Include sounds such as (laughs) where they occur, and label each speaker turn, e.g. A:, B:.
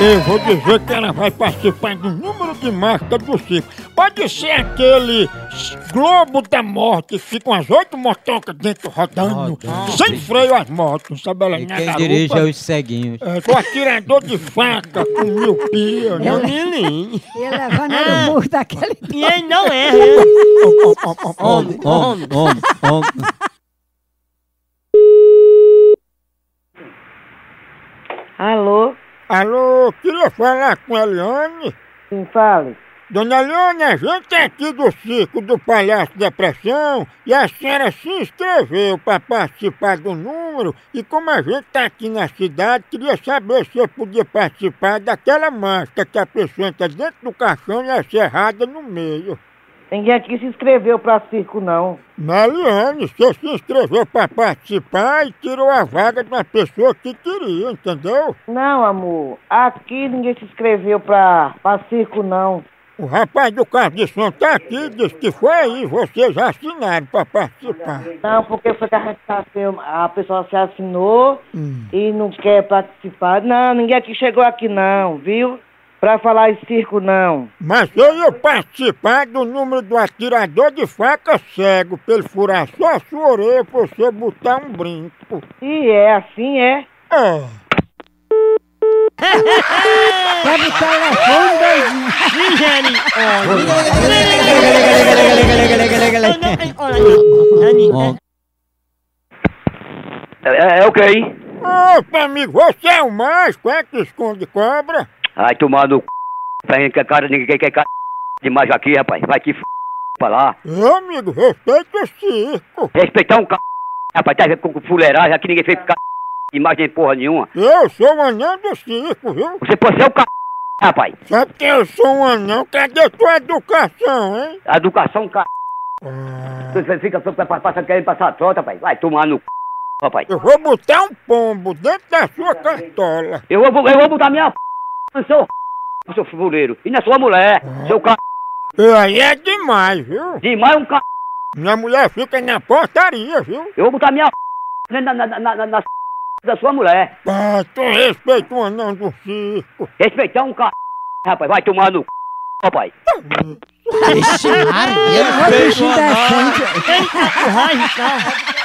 A: Eu vou dizer que ela vai participar do número de marca do circo. Pode ser aquele globo da morte, que fica umas oito motocas dentro rodando,
B: Rodando.
A: sem freio as motos, sabe? Ela
B: E
A: na
B: quem
A: garupa.
B: dirige é os ceguinhos.
A: É, com atirador de faca, com miopia, né?
C: É o neném.
D: E levando ele no burro daquele.
C: E ele não é. erra.
B: Homem, homem, homem, (laughs) homem.
E: Alô?
A: (laughs) Alô, queria falar com a Eliane.
E: Quem fala?
A: Dona Leone, a gente é aqui do Circo do Palhaço da Pressão e a senhora se inscreveu para participar do número e como a gente está aqui na cidade, queria saber se eu podia participar daquela máscara que a pessoa entra dentro do caixão e é cerrada no meio.
E: Ninguém aqui se inscreveu pra circo, não.
A: Mariane, você se inscreveu para participar e tirou a vaga de uma pessoa que queria, entendeu?
E: Não, amor. Aqui ninguém se inscreveu pra, pra circo, não.
A: O rapaz do Cardição tá aqui e disse que foi aí, vocês assinaram para participar.
E: Não, porque foi que a gente tá sem- a pessoa se assinou e não quer participar. Não, ninguém aqui chegou aqui, não, viu? Pra falar em circo, não.
A: Mas eu ia participar do número do atirador de faca cego, pra ele furar só a sua orelha pra você botar um brinco.
E: E é assim, é?
A: É.
D: Pega o telefone, doidinho.
B: homem.
F: É, é o que aí?
A: Opa, amigo, você é o mágico, é que esconde cobra?
F: Vai tomar no c... pra gente que é cara, ninguém quer cara demais aqui, rapaz. Vai te f... pra lá.
A: Ô, amigo, respeita o circo.
F: Respeitar um c... Rapaz, tá vendo com fuleiragem aqui, ninguém fez c... demais nem porra nenhuma.
A: Eu sou um anão do circo, viu?
F: Você pode ser o c... rapaz.
A: Sabe que eu sou um anão? Cadê tua educação, hein?
F: A educação, c...
A: Ah,
F: Você fica só pa- passando, querendo passar a trota, rapaz. Vai tomar no c... rapaz.
A: eu vou botar um pombo dentro da sua cartola.
F: Eu vou, eu vou botar minha p... no seu c... no seu fuleiro. E na sua mulher. Seu c...
A: E aí é demais, viu?
F: demais é um c...
A: Minha mulher fica na portaria, viu?
F: Eu vou botar minha p... na, na, na, na, na c... da sua mulher.
A: Pá, tu respeita o anão do circo.
F: Respeitar um c... rapaz. Vai tomar no c... rapaz.
D: Peixe, Maria. Peixe,
C: Ele tá com raiva, tá?